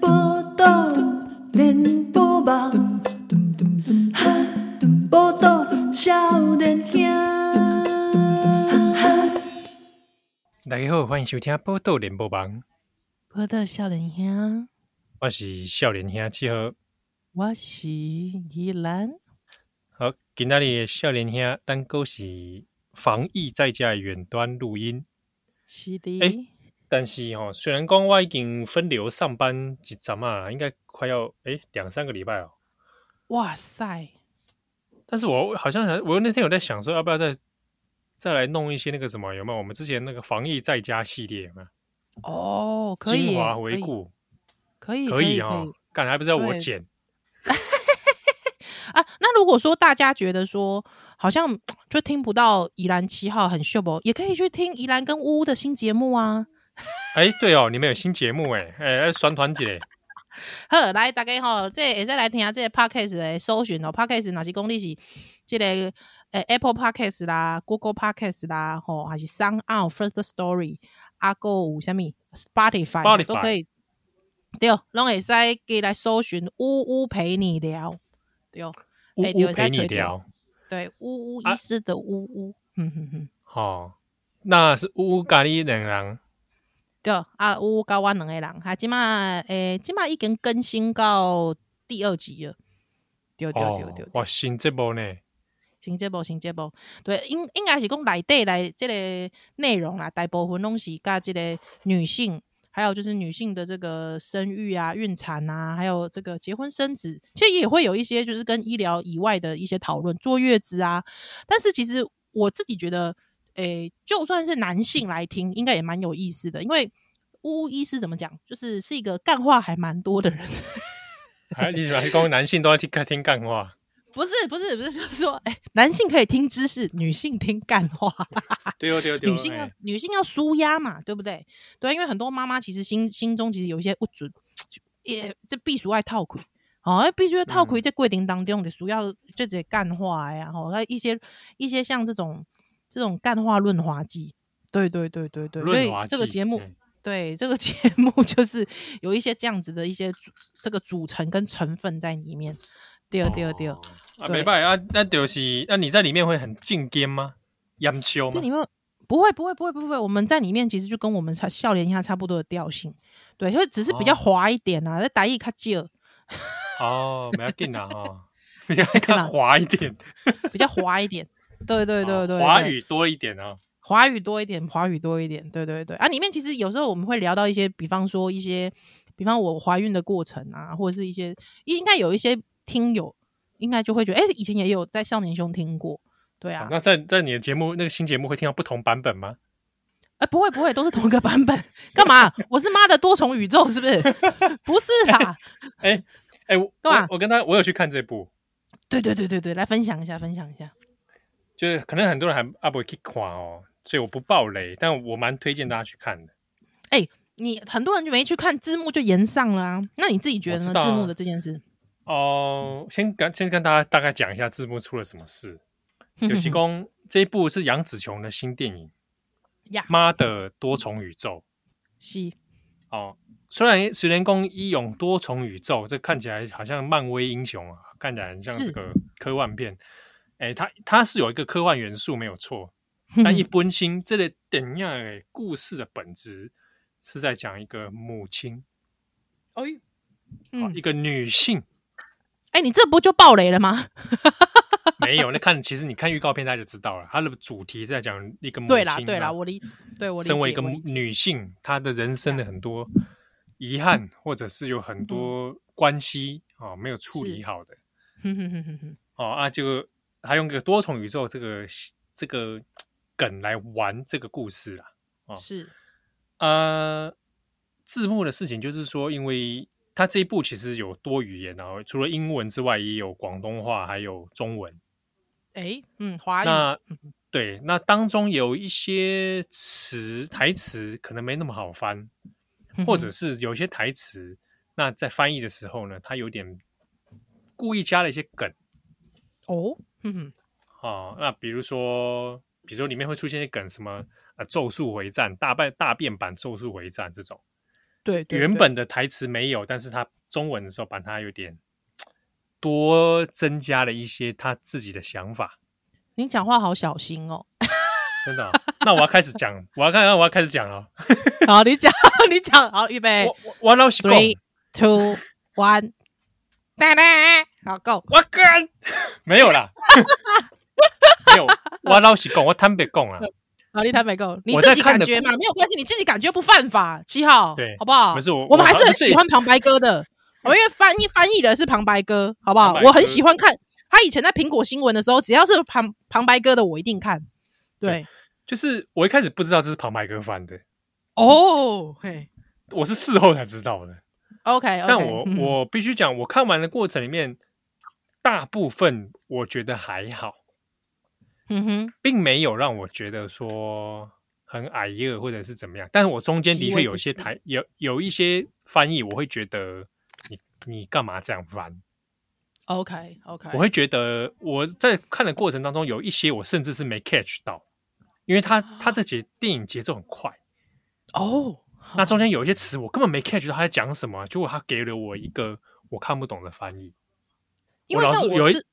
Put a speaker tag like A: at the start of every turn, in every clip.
A: 报道连波网，报道少年兄。
B: 大家好，欢迎收听《波豆联播网》，
C: 我的少年兄，
B: 我是少年兄七号。
C: 我是依兰。
B: 好，今仔日的少年兄，咱哥是防疫在家的远端录音。
C: 是的，
B: 诶但是吼、虽然讲我已经分流上班一阵啊，应该快要诶两三个礼拜哦。
C: 哇塞，
B: 但是我好像还我那天有在想说，要不要再再来弄一些那个什么，有没有？我们之前那个防疫在家系列有没有？
C: 哦，可以
B: 精
C: 耶，
B: 华
C: 可
B: 回
C: 以，
B: 顾
C: 可以，
B: 可以啊
C: 可
B: 哈
C: 以，
B: 干还不是要我
C: 对
B: 剪？
C: 啊。那如果说大家觉得说好像就听不到宜兰七号很秀不，也可以去听宜兰跟呜呜的新节目啊。
B: 哎，对哦，你们有新节目哎哎，要宣传 姐
C: 好，来大家吼，这会使来听下这个 podcast 的搜寻哦，podcast 若是讲你是这个诶 Apple podcast 啦、Google podcast 啦，吼、还是 Sound Out First Story，啊个有啥物 Spotify,
B: Spotify
C: 都可以，对，拢会使给来搜寻呜呜陪你聊，对，
B: 呜
C: 哎对
B: 呜
C: 我
B: 陪
C: 在
B: 你
C: 吹牛
B: 聊。
C: 对，呜呜
B: 啊
C: 医师的呜呜，嗯哼哼，
B: 哦，那是乌乌咖喱两人，
C: 对，啊呜呜甲我两个人，哈，即马诶，即马已经更新到第二集了，对对对对
B: 哦
C: 对，
B: 哇，新节目呢？
C: 新节目，新节目，对，应应该是讲内底来这个内容啦，大部分拢是甲这个女性，还有就是女性的这个生育啊、孕产啊，还有这个结婚生子，其实也会有一些就是跟医疗以外的一些讨论，坐月子啊。但是其实我自己觉得，诶、就算是男性来听，应该也蛮有意思的，因为巫医师怎么讲，就是是一个干话还蛮多的人。
B: 还哎你喜欢讲男性都要听听干 话？
C: 不是不是不是，就是说，哎、男性可以听知识，女性听干话。
B: 对哦对哦对哦，
C: 女性要啊
B: 哎
C: 女性要舒压嘛，对不对？对，因为很多妈妈其实心心中其实有一些不准，也这必须爱套亏。哦，必须要套
B: 嗯
C: 亏在规定当中的，主要就这干话呀，吼，那一些一些像这种这种干话润滑剂，对对对对对，所
B: 润
C: 以
B: 滑
C: 这个
B: 剂
C: 节目，
B: 嗯
C: 对这个 节目就是有一些这样子的一些组这个组成跟成分在里面。对对对，
B: 哦啊，
C: 对
B: 没办法啊，那就是那你在里面会很进阶吗？研究
C: 这
B: 吗
C: 里？面不会不会不会不会，我们在里面其实就跟我们差笑脸一下差不多的调性，对，就只是比较
B: 哦
C: 滑一点啊，在打一卡少，
B: 哦，没要紧啦 哈，比较
C: 紧啦
B: 看滑一点，
C: 比较滑一点。 对对对
B: 哦
C: 对，
B: 华
C: 对
B: 语多一点啊。
C: 华语多一点，华语多一点，对对对啊！里面其实有时候我们会聊到一些，比方说一些，比方我怀孕的过程啊，或者是一些应该有一些听友应该就会觉得，哎、以前也有在少年兄听过，对啊
B: 哦，那在在你的节目那个新节目会听到不同版本吗？
C: 哎、不会不会，都是同一个版本，干嘛？ 我是妈的多重宇宙是不是？ 不是啦，
B: 哎，我
C: 干嘛
B: 我我跟他我有去看这部，
C: 对对对对对，来分享一下，分享一下。
B: 就是可能很多人还阿不会去看哦，所以我不爆雷，但我蛮推荐大家去看的。
C: 你很多人就没去看字幕就延上了、啊，那你自己
B: 我
C: 觉得
B: 知
C: 呢？
B: 道啊
C: 字幕的这件事，嗯
B: 哦，先跟先跟大家大概讲一下字幕出了什么 事。有其公这一部是杨紫琼的新电影
C: 呀
B: 《妈的多重宇宙》
C: 是
B: 哦。虽然虽然公一勇多重宇宙，这看起来好像漫威英雄啊，看起来很像
C: 是
B: 这个科幻片。哎，它它是有一个科幻元素没有错，
C: 嗯
B: 但一般心这类等样的故事的本质是在讲一个母亲，
C: 哎，
B: 啊，
C: 嗯
B: 一，个女性。
C: 哎、你这不就爆雷了吗？
B: 没有，那看其实你看预告片大家就知道了，它的主题是在讲一个母亲、啊。
C: 对啦，对啦，我理解，对我理解。
B: 身为一个
C: 我理解
B: 女性，她的人生的很多遗憾，或者是有很多关系啊、哦、没有处理
C: 嗯是
B: 好的
C: 哼哼哼哼哼
B: 哦啊，这个还用个多重宇宙这个这个梗来玩这个故事啦。哦
C: 是
B: 呃，字幕的事情就是说，因为它这一部其实有多语言，然后除了英文之外，也有广东话，还有中文。
C: 哎、嗯，华语
B: 那对，那当中有一些词台词可能没那么好翻，
C: 嗯
B: 或者是有一些台词，那在翻译的时候呢，它有点故意加了一些梗
C: 哦，哼哼，
B: 哦，那比如说，比如说里面会出现一些梗，什么啊，咒术回战大变大变版咒术回战这种，
C: 对对，
B: 原
C: 对
B: 本的台词没有，但是他中文的时候把它有点多增加了一些他自己的想法，
C: 您讲话好小心哦。
B: 真的哦、那我要开始讲，我要看，我要开始讲了。哦
C: 好，你讲， 你讲，好，预备
B: 我我我老实讲，
C: ，three two one，哒哒，好，go。
B: 我干， 没有 啦，没有，我老实讲，我坦白讲啊，
C: 好，你坦白够，你
B: 我
C: 自
B: 在
C: 己
B: 看
C: 感
B: 的
C: 觉嘛，没有关系，你自己感觉不犯法，七号，
B: 对
C: 好不好？
B: 不是我
C: 我们
B: 我
C: 还是
B: 好
C: 很
B: 像是
C: 喜欢旁白哥 的，我因为翻译翻译的是旁白哥，好不好
B: 旁？白
C: 我很
B: 哥
C: 喜欢看他以前在苹果新闻的时候，只要是旁旁白哥的，我一定看。对，
B: 就是我一开始不知道这是旁白哥翻的，
C: 哦，嘿嗯
B: 我是事后才知道的。
C: ，OK，
B: 但我我必须讲，我看完的过程里面，大部分我觉得还好，
C: 嗯哼，
B: 并没有让我觉得说很矮热或者是怎么样。但是我中间的
C: 极
B: 确
C: 为
B: 有
C: 不
B: 一些
C: 适
B: 台有有一些翻译，我会觉得你你干嘛这样翻？
C: ，OK OK，
B: 我会觉得我在看的过程当中，有一些我甚至是没 catch 到，因为他
C: 啊
B: 他这节电影节奏很快，
C: 哦，
B: 那中间有一些词我根本没 catch 到他在讲什么，结果他给了我一个我看不懂的翻译。
C: 因为
B: 我老
C: 像
B: 是
C: 我
B: 有一
C: 自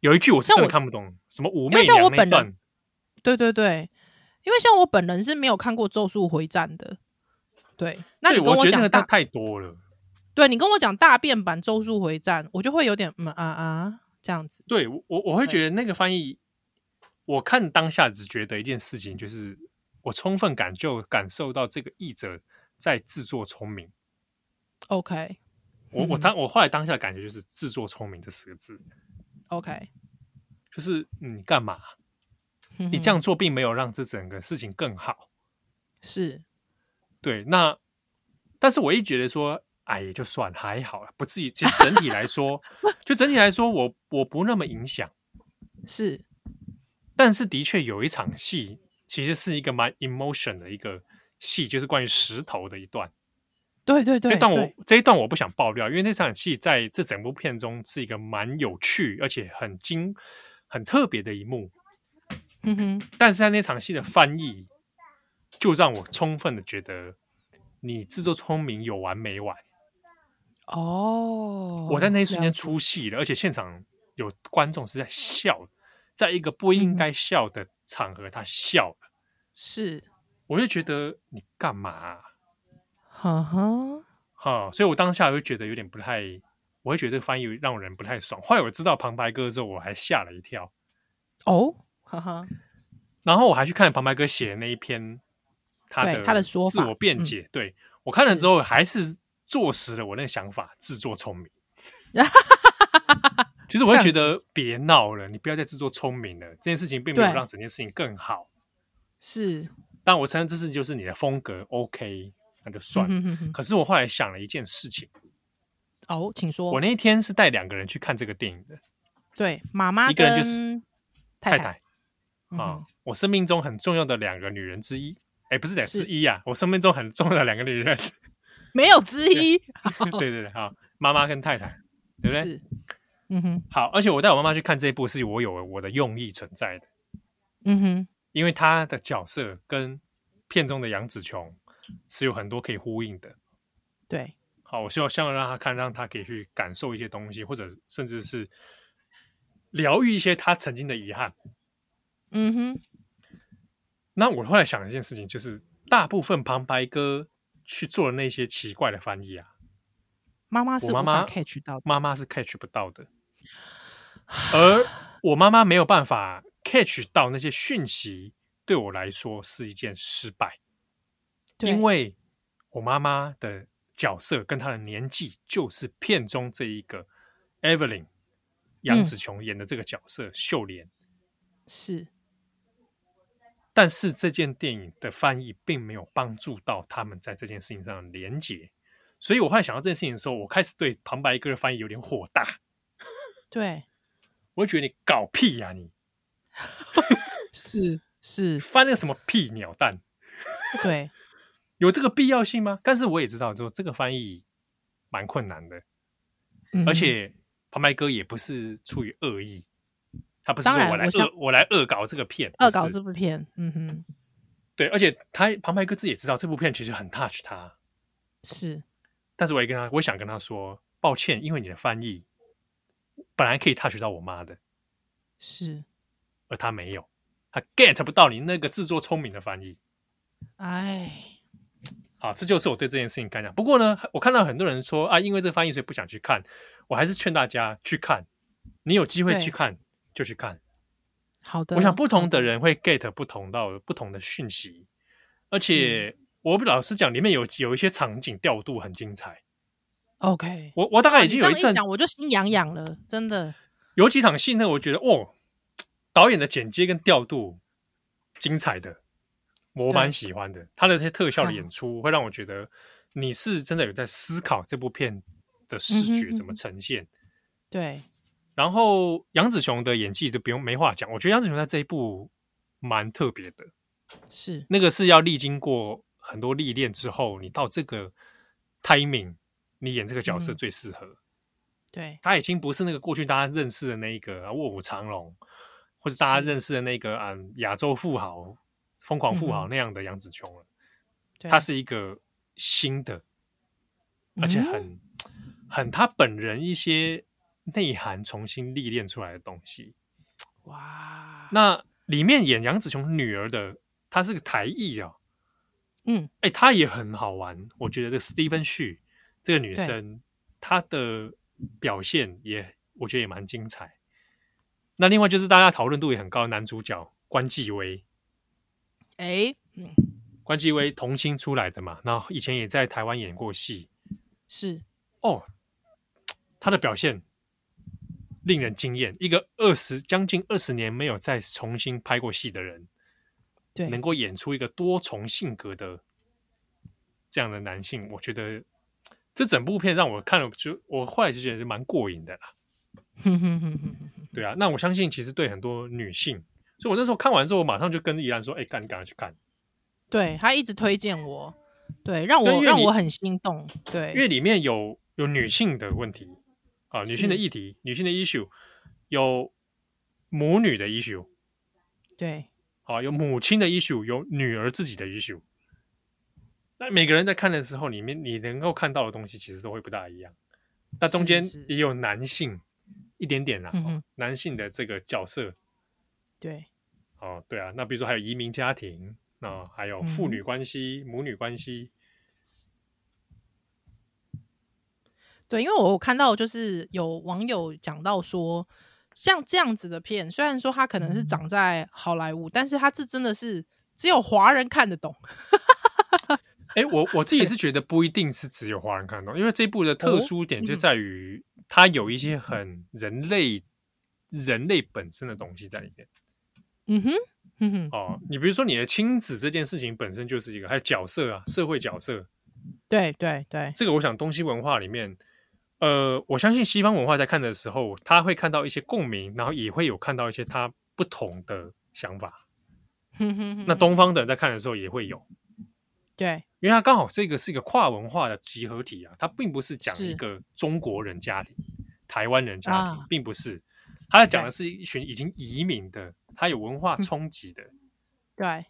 B: 有一句我是
C: 像
B: 真的
C: 我
B: 看不懂，什么妩
C: 因为
B: 媚
C: 像
B: 娘
C: 我
B: 那
C: 本
B: 一段
C: 人，对对对，因为像我本人是没有看过《咒术回战》的，对。那你
B: 对
C: 跟
B: 我觉得那
C: 讲
B: 个太
C: 大，
B: 太多了。
C: 对你跟我讲大变版《咒术回战》，我就会有点嗯啊啊这样子。
B: 对我我我会
C: 对
B: 觉得那个翻译，我看当下只觉得一件事情，就是我充分感就感受到这个译者在自作聪明。
C: OK
B: 我我
C: 嗯
B: 当我后来当下的感觉就是自作聪明这四个字，
C: OK，
B: 就是嗯你干嘛？你
C: 你
B: 这样做并没有让这整个事情更好。
C: 是
B: 对，那但是我一觉得说，哎，也就算还好了，不至于。其实整体来说，就整体来说，我我不那么影响。
C: 是
B: 但是的确有一场戏，其实是一个蛮 emotion 的一个戏，就是关于石头的一段。
C: 对对对，
B: 这段我
C: 对
B: 这一段我不想爆料，因为那场戏在这整部片中是一个蛮有趣而且很惊、很特别的一幕。
C: 嗯哼
B: 但是在那场戏的翻译，就让我充分的觉得你自作聪明有完没完。
C: 哦，
B: 我在那一瞬间
C: 了
B: 出戏了，而且现场有观众是在笑，在一个不应该笑的场合，他笑了，
C: 是
B: 我就觉得你干嘛啊、
C: 哈哈
B: 哈、所以我当下就觉得有点不太，我会觉得这个翻译让人不太爽。后来我知道旁白哥之后，我还吓了一跳，
C: 哦哈哈
B: 然后我还去看了旁白哥写的那一篇他
C: 对
B: 的
C: 他的说
B: 自
C: 法
B: 我辩
C: 嗯
B: 解，对我看了
C: 是
B: 之后还是坐实了我那个想法，自作聪 明。就是我会觉得别闹了，你不要再自作聪明了，这件事情并没有
C: 对
B: 让整件事情更好。
C: 是
B: 但我承认这事情就是你的风格，OK，那就算了。
C: 嗯哼哼哼
B: 可是我后来想了一件事情，
C: 哦，请说。
B: 我那一天是带两个人去看这个电影的，
C: 对妈妈
B: 一个人就
C: 跟
B: 太
C: 太
B: 太
C: 嗯
B: 啊
C: 哼，
B: 我生命中很重要的两个女人之一，哎，不是两
C: 是
B: 之一啊，我生命中很重要的两个女人，
C: 没有之一，
B: 对对对，好，妈妈跟太太，对不对？
C: 是嗯哼
B: 好，而且我带我妈妈去看这一部，是我有我的用意存在的，
C: 嗯哼。
B: 因为她的角色跟片中的杨紫琼是有很多可以呼应的。
C: 对，
B: 好，我希望希望让他看，让他可以去感受一些东西，或者甚至是疗愈一些他曾经的遗憾。
C: 嗯哼，
B: 那我后来想一件事情，就是大部分旁白哥去做的那些奇怪的翻译啊，
C: 妈妈是
B: 我妈
C: 无法
B: 妈
C: catch 到的，
B: 妈妈是 catch 不到的， 而我妈妈没有办法 catch 到那些讯息，对我来说是一件失败，
C: 对
B: 因为我妈妈的角色跟她的年纪就是片中这一个 Evelyn
C: 嗯
B: 杨紫琼演的这个角色、秀莲，
C: 是
B: 但是这件电影的翻译并没有帮助到他们在这件事情上的连结，所以我后来想到这件事情的时候，我开始对旁白哥的翻译有点火大。
C: 对，
B: 我会觉得你搞屁呀、你
C: 是是，
B: 翻那什么屁鸟蛋，
C: 对，
B: 有这个必要性吗？但是我也知道，就这个翻译蛮困难的，
C: 嗯
B: 而且旁白哥也不是出于恶意，他不是
C: 当
B: 说
C: 然
B: 我来
C: 我想
B: 恶我来恶搞这个片，不
C: 恶搞
B: 是
C: 这部片，嗯哼，
B: 对，而且他旁白哥自己也知道这部片其实很 touch 他，
C: 是
B: 但是我也跟他，我也想跟他说，抱歉，因为你的翻译本来可以 touch 到我妈的，
C: 是，
B: 而他没有，他 get 不到你那个自作聪明的翻译。
C: 哎，
B: 好，这就是我对这件事情感想。不过呢，我看到很多人说啊，因为这个翻译所以不想去看，我还是劝大家去看，你有机会
C: 对
B: 去看就去看。
C: 好的，
B: 我想不同的人会 get 不同到不同的讯息，而且我老实讲，里面有有一些场景调度很精彩。
C: OK，
B: 我我大概已经
C: 哇
B: 有
C: 哦啊你这
B: 阵
C: 样一讲，我就心痒痒了，真的，
B: 有几场戏呢，我觉得哦，导演的剪接跟调度精彩的，我蛮喜欢的。他的这些特
C: 嗯
B: 效的演出会让我觉得你是真的有在思考这部片的视
C: 嗯
B: 觉
C: 哼
B: 怎么呈现。
C: 对，
B: 然后杨紫琼的演技就不用没话讲，我觉得杨紫琼在这一部蛮特别的，
C: 是
B: 那个是要历经过很多历练之后，你到这个 timing，你演这个角色
C: 嗯
B: 最适合。
C: 对，
B: 他已经不是那个过去大家认识的那一个啊卧虎藏龙，或者大家
C: 是
B: 认识的那个啊亚洲富豪、疯狂富
C: 嗯
B: 豪
C: 哼
B: 那样的杨紫琼了。
C: 对
B: 他是一个新的，而且
C: 嗯
B: 很很他本人一些内涵重新历练出来的东西。
C: 哇，
B: 那里面演杨紫琼女儿的，她是个台裔啊、
C: 嗯
B: 哎、她也很好玩。我觉得这个 Stephen Xu 这个女
C: 对
B: 生，她的表现也，我觉得也蛮精彩。那另外就是大家讨论度也很高的男主角关继威，
C: 哎嗯
B: 关继威童星出来的嘛，那以前也在台湾演过戏
C: 是
B: 哦，他的表现令人惊艳。一个二十将近二十年没有再重新拍过戏的人，
C: 对
B: 能够演出一个多重性格的这样的男性，我觉得这整部片让我看了就我后来就觉得蛮过瘾的啦。
C: 哼哼哼哼哼，
B: 对啊，那我相信其实对很多女性，所以我那时候看完之后，我马上就跟依兰说：“哎、干，你赶快去看，
C: 对他一直推荐我，对，让
B: 对因
C: 我
B: 为
C: 让
B: 你
C: 我很心动，对，
B: 因为里面有有女性的问题啊，女性的
C: 是
B: 议题、女性的 issue，有母女的 issue，
C: 对
B: 啊，有母亲的 issue，有女儿自己的 issue。那每个人在看的时候，里面你能够看到的东西其实都会不大一样。那中间
C: 是是
B: 也有男性一点点啦、
C: 嗯哼
B: 哦男性的这个角色
C: 对
B: 哦，对啊，那比如说还有移民家庭，那、还有父
C: 嗯
B: 女关系、母女关系，
C: 对，因为我有看到就是有网友讲到说，像这样子的片，虽然说它可
B: 嗯
C: 能是长在好莱坞，但是它这真的是只有华人看得懂，
B: 哎，我我自己是觉得不一定是只有华人看懂，因为这部的特殊点
C: 哦嗯
B: 就在于它有一些很人类、人类本身的东西在里面
C: 嗯哼，嗯哼，
B: 哦。你比如说你的亲子这件事情本身就是一个，还有角色啊，社会角色，
C: 对对对，
B: 这个我想东西文化里面，呃，我相信西方文化在看的时候，他会看到一些共鸣，然后也会有看到一些他不同的想法。
C: 嗯哼哼哼
B: 那
C: 哼
B: 东方的人在看的时候也会有，
C: 对
B: 因为它刚好这个是一个跨文化的集合体啊，它并不是讲
C: 是
B: 一个中国人家庭、台湾人家庭，
C: 啊
B: 并不是，它在讲的是一群已经移民的，他有文
C: 嗯
B: 化冲击的，
C: 对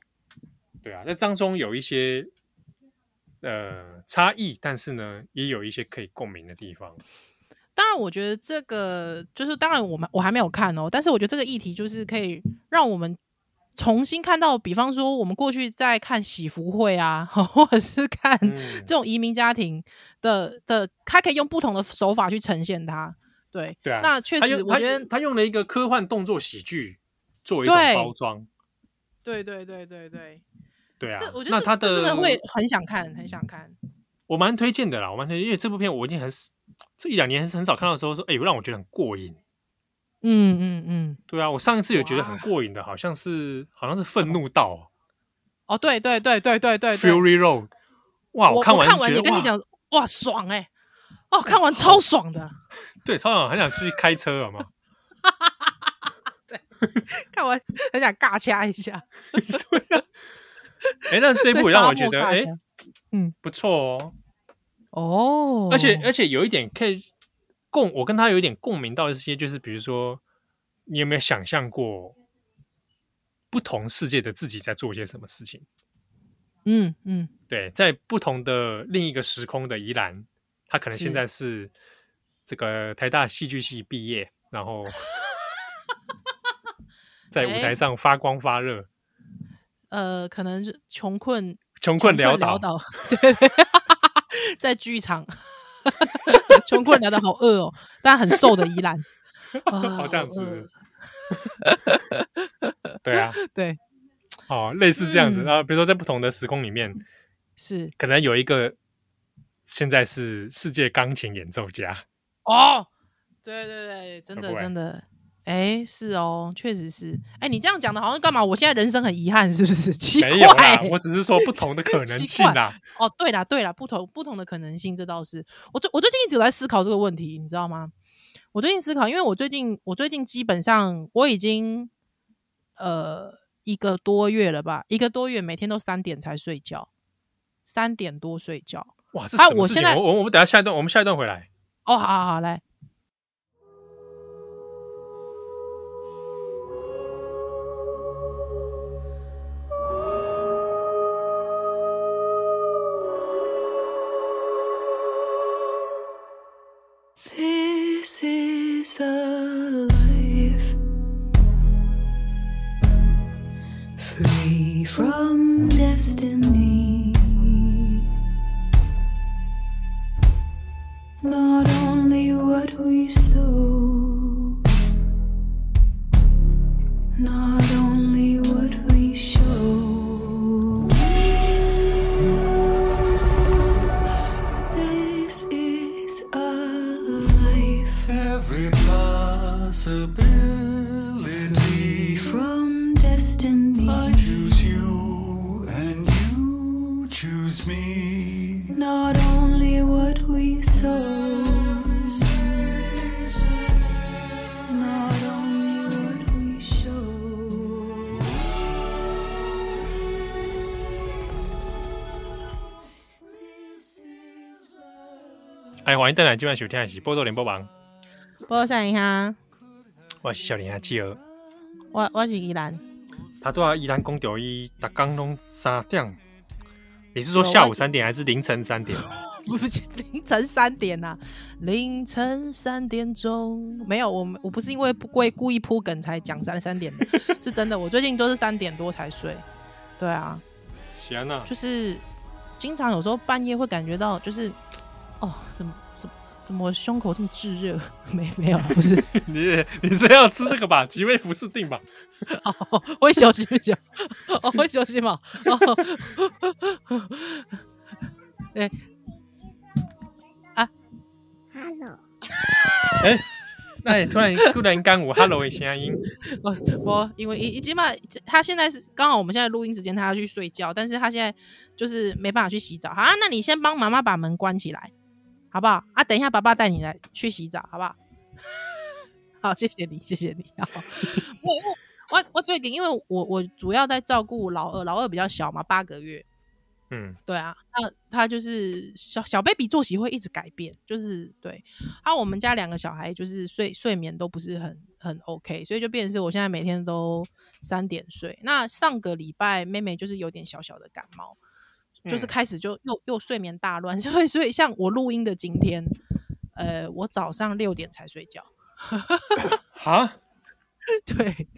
B: 对啊，在当中有一些呃差异，但是呢，也有一些可以共鸣的地 方。
C: 当然，我觉得这个就是当然，我们我还没有看哦，但是我觉得这个议题就是可以让我们重新看到，比方说我们过去在看喜福会啊， 或者是看
B: 嗯
C: 这，种移民家庭的的，他可以用不同的手法去呈现它。对，
B: 对啊，
C: 那确
B: 他
C: 实，
B: 用
C: 我
B: 他
C: 觉得
B: 他用了一个科幻动作喜剧作为一种
C: 对
B: 包装，
C: 对对对对对，
B: 对啊
C: 这我，觉得
B: 那
C: 这
B: 他
C: 这
B: 的
C: 真的会很想看，很想看。
B: 我蛮推荐的啦，我蛮推荐，因为这部片我已经很这一两年很少看到的时候说，哎、让我觉得很过瘾。
C: 嗯嗯嗯，
B: 对啊，我上一次有觉得很过瘾的，好像是好像是愤怒道
C: 哦，对对对对对对对，
B: （Fury Road）。哇，
C: 我
B: 看
C: 我
B: 完
C: 看
B: 就
C: 完
B: 觉
C: 也
B: 得
C: 跟你，
B: 哇
C: 讲，哇，爽哎、哦，看完超 爽的。
B: 对，超想很想出去开车，好吗？
C: 看完很想尬掐一下。
B: 哎、那这一部也让我觉得，
C: 在沙漠
B: 哎、
C: 尬掐
B: 不错哦。
C: 哦，
B: 而且而
C: 且
B: 且有一点可以共，我跟他有一点共鸣到的是一些，就是比如说你有没有想象过不同世界的自己在做些什么事情？
C: 嗯嗯，
B: 对，在不同的另一个时空的宜兰，他可能现在是这个台大戏剧系毕业，然 后在舞台上发光发热，
C: 呃，可能是穷困
B: 穷困潦倒
C: 倒，， 对对，在剧场 穷困潦倒，好饿哦，但很瘦的 依兰，啊
B: 好这样子
C: 饿。
B: 对 啊，
C: 呃对，
B: 哦，类似这样子。
C: 嗯
B: 然后比如说在不同的时空里面，
C: 是
B: 可能有一个现在是世界钢琴演奏家，
C: 哦，对对对，真
B: 会
C: 的
B: 不会
C: 真的。哎，是哦，确实是。哎，你这样讲的好像干嘛？我现在人生很遗憾，是不是？ 奇怪、欸
B: 没有啦，我只是说不同的可能性
C: 奇
B: 啦。
C: 哦，对啦，对啦，不同不同的可能性，这倒是我最我最近一直有在思考这个问题，你知道吗？我最近思考，因为我最近我最近基本上我已经呃一个多月了吧，一个多月每天都三点才睡觉，三点多睡觉。
B: 哇，这
C: 啊
B: 什么
C: 我
B: 事
C: 现
B: 情？
C: 在
B: 我我我们等一下下一段，我们下一段回来。
C: 哦，好好好，来，
A: This is a life free from destiny. Not only what we sow, not only what we show. This is a life.
D: Every possibility.
A: from destiny.
D: I choose you, and you choose me.
A: Not only what we sow, not only what we show.
B: 哎，欢迎邓来今晚收听的是《波多联播网》，
C: 播闪一下，
B: 我是小林阿基儿。
C: 我我是依兰，
B: 啊他都要依然公掉一打刚弄沙掉。你是说
C: 啊
B: 下午三点还是凌晨三点？
C: 不是凌晨三点呐、凌晨三点钟没有我们，我不是因为不故意故意铺梗才讲三三点的，是真的。我最近都是三点多才睡，对啊，
B: 喜安娜，
C: 就是经常有时候半夜会感觉到，就是哦，怎么怎么怎么胸口这么炙热？ 没没有啦，不是，
B: 你你是要吃那个吧？吉味服饰定吧？
C: 哦，会休息一下， 哦，会休息嘛，哦，哎、
E: Hello，
B: 那哎你突然突然干我 hello 的声音，
C: 我我哦因为一一起码他现在是刚好我们现在录音时间，他要去睡觉，但是他现在就是没办法去洗澡。好、啊，那你先帮妈妈把门关起来，好不好？啊，等一下爸爸带你来去洗澡，好不 好？好，谢谢你，谢谢你。 好我我我我最近因为我我主要在照顾老二，老二比较小嘛，八个月，
B: 嗯，
C: 对啊，那他就是小小 baby 作息会一直改变，就是对。啊，我们家两个小孩就是睡睡眠都不是很很 OK，所以就变成是我现在每天都三点睡。那上个礼拜妹妹就是有点小小的感冒，就
B: 嗯
C: 是开始就又又睡眠大乱， 所以所以像我录音的今天，呃，我早上六点才睡觉。
B: 好，
C: 对，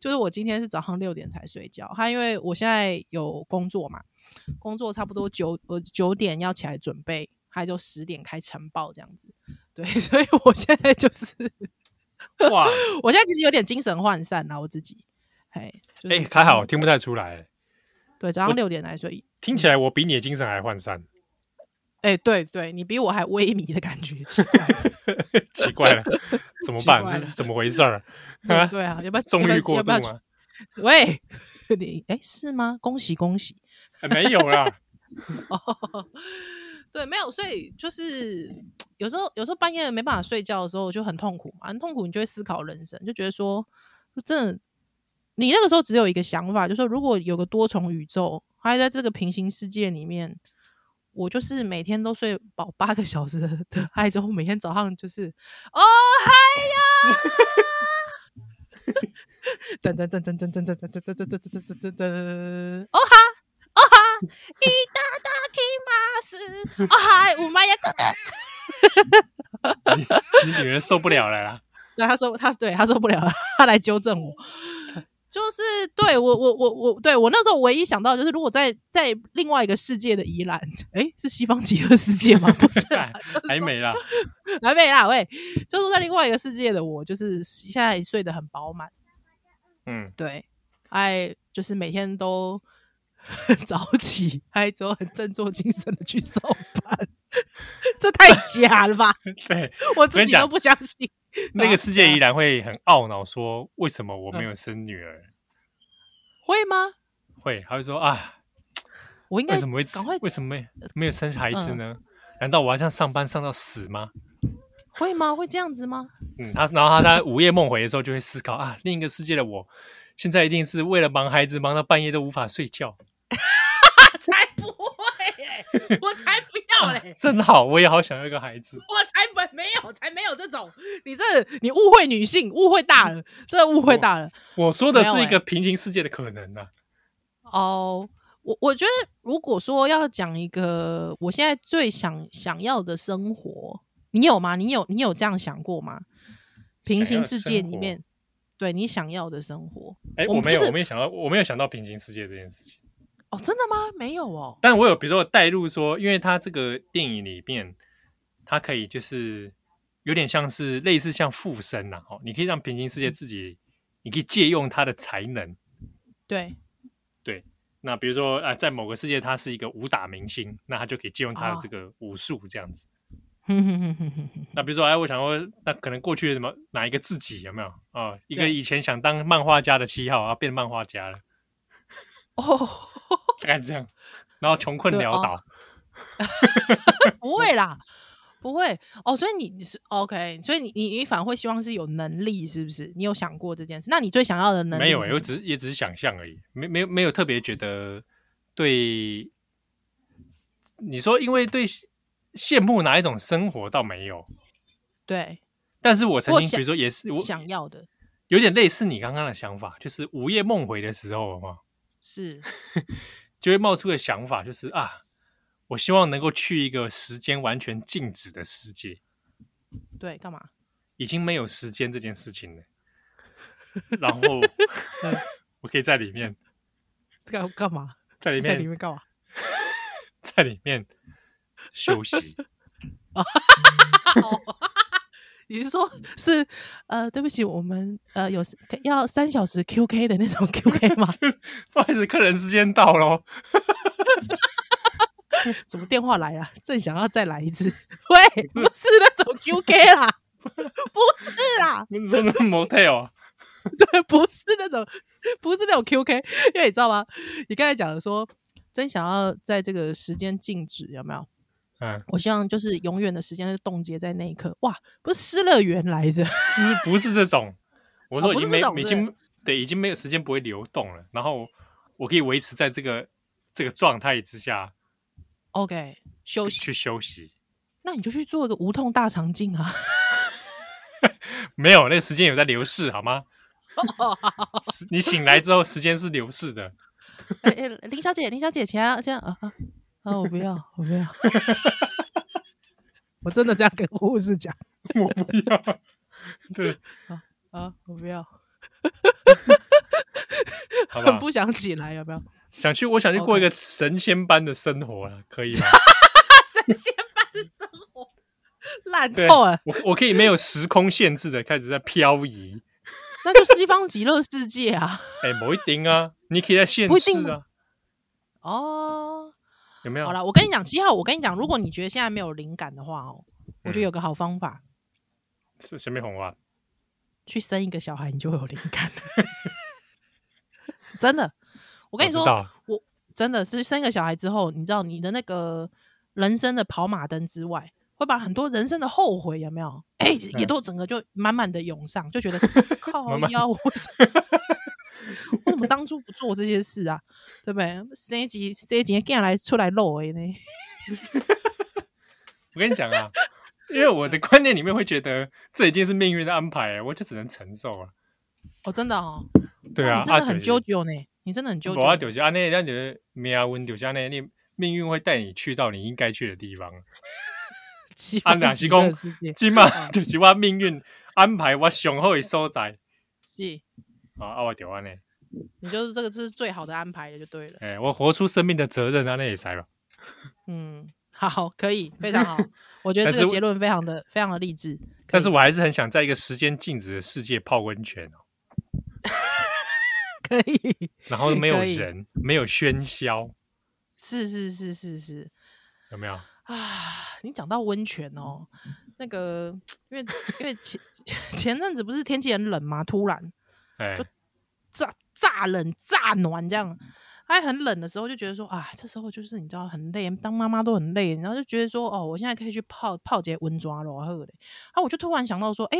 C: 就是我今天是早上六点才睡觉，他因为我现在有工作嘛，工作差不多九呃九点要起来准备，还就十点开晨报这样子，对， 所以我现在就是，
B: 哇，
C: 我现在其实有点精神涣散啦，我自己，哎，就是
B: 哎，还好，听不太出来，
C: 对，早上六点来睡，
B: 听起来
C: 嗯
B: 我比你的精神还涣散，
C: 哎，对对，你比我还萎靡 的感觉，奇怪
B: 奇怪 了，怎么办
C: 奇？怪
B: 这
C: 了
B: 是怎么回事 儿？
C: 对
B: 啊，
C: 对啊， 要不要
B: 纵
C: 要
B: 欲
C: 不
B: 过
C: 要要
B: 度
C: 不要
B: 吗？
C: 去？喂， 你哎是吗？恭喜恭喜！
B: 哎没有啦，
C: 哦， 对，没有，所以就是有时候有时候半夜没办法睡觉的时候就很痛苦嘛，很痛苦，你就会思考人生，就觉得说，就真的，你那个时候只有一个想法，就说如果有个多重宇宙，还在这个平行世界里面，我就是每天都睡饱八个小时的 的爱之后，每天早上就是哦嗨呀。 噔噔噔噔噔噔噔噔噔噔噔噔噔噔噔噔，哦哈哦哈，いただきます。哦嗨，我妈呀，哥哥。
B: 你女人受不了了 啦！
C: 那他说他对他受不了了，他来纠正我。就是对我我我我对我那时候唯一想到的就是，如果在在另外一个世界的宜兰，诶，是西方极乐世界吗？不是 啦，
B: 哎还没啦，
C: 南美啦，喂，就是说在另外一个世界的我，就是现在睡得很饱满，
B: 嗯，
C: 对，哎，就是每天都早起，还之后很振作精神的去上班，这太假了吧？
B: 对，
C: 我自
B: 跟你
C: 己
B: 讲
C: 都不相信。
B: 那个世界依然会很懊恼，说为什么
C: 嗯
B: 我没有生女儿？
C: 会吗？
B: 会，他会说啊，
C: 我应该
B: 为什么会
C: 赶快呃嗯
B: 为什么没没有生孩子呢？难道我要这样上班上到死吗？
C: 会吗？会这样子吗？
B: 嗯，他然后他在午夜梦回的时候就会思考啊，另一个世界的我现在一定是为了忙孩子忙到半夜都无法睡觉，
C: 才不会嘞、我才不要嘞、
B: 啊真好，我也好想要一个孩 子。
C: 我才不没有，才没有这种。你这你误会女性，误会大了，这误会大了。
B: 我说的
C: 没
B: 是
C: 有
B: 一个平行世界的可能啊，
C: 哦、我我觉得如果说要讲一个我现在最想想要的生活，你有吗？你有你有这样想过吗？平行世界里面，对你想要的生活，
B: 哎，
C: 我
B: 我
C: 们
B: 没有，
C: 就是
B: 我没有想到，我没有想到平行世界这件事情。
C: 哦，真的吗？没有哦，
B: 但我有比如说带入说，因为它这个电影里面，它可以就是有点像是类似像附身呐、哦，你可以让平行世界自己，你可以借用他的才能。
C: 对，
B: 那比如说啊、呃在某个世界他是一个武打明星，那他就可以借用他的
C: 哦
B: 这个武术这样子。
C: 哼哼哼哼哼哼
B: 那比如说，哎，我想说，那可能过去的什么哪一个自己有没有啊、哦一个
C: 对
B: 以前想当漫画家的七号，啊，变漫画家了，
C: 哦，
B: 大概这样，然后穷困
C: 对
B: 潦
C: 哦
B: 倒。
C: 不会啦，不会哦。所以你你是 OK，所以你你你反而会希望是有能力，是不是？你有想过这件事？那你最想要的能力
B: 没有、
C: 是
B: 欸，
C: 什
B: 我
C: 么
B: 只是也只是想象而已，没没有没有特别觉得对。你说因为对羡慕哪一种生活倒没有，
C: 对
B: 但是我曾
C: 我
B: 经
C: 想
B: 比如说也是我
C: 想要的
B: 有点类似你刚刚的想法，就是午夜梦回的时候嘛，
C: 是
B: 就会冒出个想法，就是啊，我希望能够去一个时间完全静止的世界，
C: 对干嘛？
B: 已经没有时间这件事情了，然后
C: 嗯
B: 我可以在里面，
C: 干干嘛？
B: 在里
C: 在
B: 面
C: 里面干嘛？
B: 在里面休 息。
C: 你是
B: 嗯
C: 说，是呃，对不起，我们呃有要三小时 QK 的那种 QK 吗？
B: 不好意思，客人时间到哦喽。
C: 怎么电话来了？正想要再来一次， 喂，不是那种 QK 啦， 不是啦，
B: 不是说 那 motel 啊，
C: 对，不是那种，不是那种 QK，因为你知道吗？你刚才讲的说，真想要在这个时间静止，有没有？
B: 嗯，
C: 我希望就是永远的时间是冻结在那一刻。哇，不是失乐园来着？
B: 是不是这种？我说
C: 哦
B: 已
C: 不是
B: 经没，
C: 这种
B: 已经对，已经没有时间不会流动了。然后我可以维持在这个这个状态之下
C: OK，休息，
B: 去休息。
C: 那你就去做一个无痛大肠镜啊！
B: 没有，那个时间有在流逝，好 吗？时你醒来之后，时间是流逝的。
C: 哎、哎林小姐，林小姐，起来，这样啊啊啊！我不要，我不要。 我真的这样跟护士讲
B: 我不要， 对，
C: 啊，我不要，
B: 好
C: 很
B: 吧，
C: 不想起来，有没有？
B: 想去，我想去过一个神仙般的生活了，可以吗？
C: 神仙般的生活，烂
B: 对，
C: 透了。
B: 我我可以没有时空限制的开始在漂移。
C: 那就西方极乐世界啊！
B: 哎、某一丁啊，你可以在现
C: 不一定
B: 世啊，
C: 哦，
B: 有没有？
C: 好了，我跟你讲，七号，我跟你讲，如果你觉得现在没有灵感的话哦，我觉得有个好方法，
B: 是前面红啊，
C: 去生一个小孩，你就会有灵感 了。真的，我
B: 我
C: 跟你说
B: 知，道
C: 真的是生一个小孩之后，你知道你的那个人生的跑马灯之外，会把很多人生的后悔有没 有？哎、也都整个就满满的涌上，就觉得 靠
B: 满满
C: 腰，我为什么 我怎么当初不做这些事啊？对不对？这一集这一集竟来出来露的呢？
B: 我跟你讲啊，因为我的观念里面会觉得这已经是命运的安排了，我就只能承受了。 啊
C: 哦，真的哦，
B: 对
C: 哇
B: 啊，
C: 你真
B: 啊
C: 的很纠结哦呢，你真的很纠结
B: 我。要丢下那，让你的命运丢下那，你命运会带你去到你应该去的地方。
C: 喜
B: 啊
C: 欢
B: 哪
C: 极
B: 是讲
C: 乐世界
B: 今 嘛就是我命运安排我上好的所在。
C: 是，
B: 啊啊，我丢安尼，
C: 你就是这个是最好的安排了，就对了。
B: 哎、我活出生命的责任啊，那也塞吧。
C: 嗯，好，可以，非常好。我觉得
B: 但
C: 这个
B: 是
C: 结论非常的非常的 励志。可以
B: 但是我还是很想在一个时间静止的世界泡温泉哦，
C: 可以，
B: 然后没有
C: 可以
B: 人，没有喧嚣，
C: 是是是是是
B: 有没有？
C: 啊，你讲到温泉哦，那个因为因为前前阵子不是天气很冷嘛，突然
B: 哎、
C: 炸炸冷炸暖这样。哎，很冷的时候就觉得说啊，这时候就是你知道很累，当妈妈都很累，然后就觉得说哦，我现在可以去泡泡节温抓了，喝嘞。啊，我就突然想到说，哎、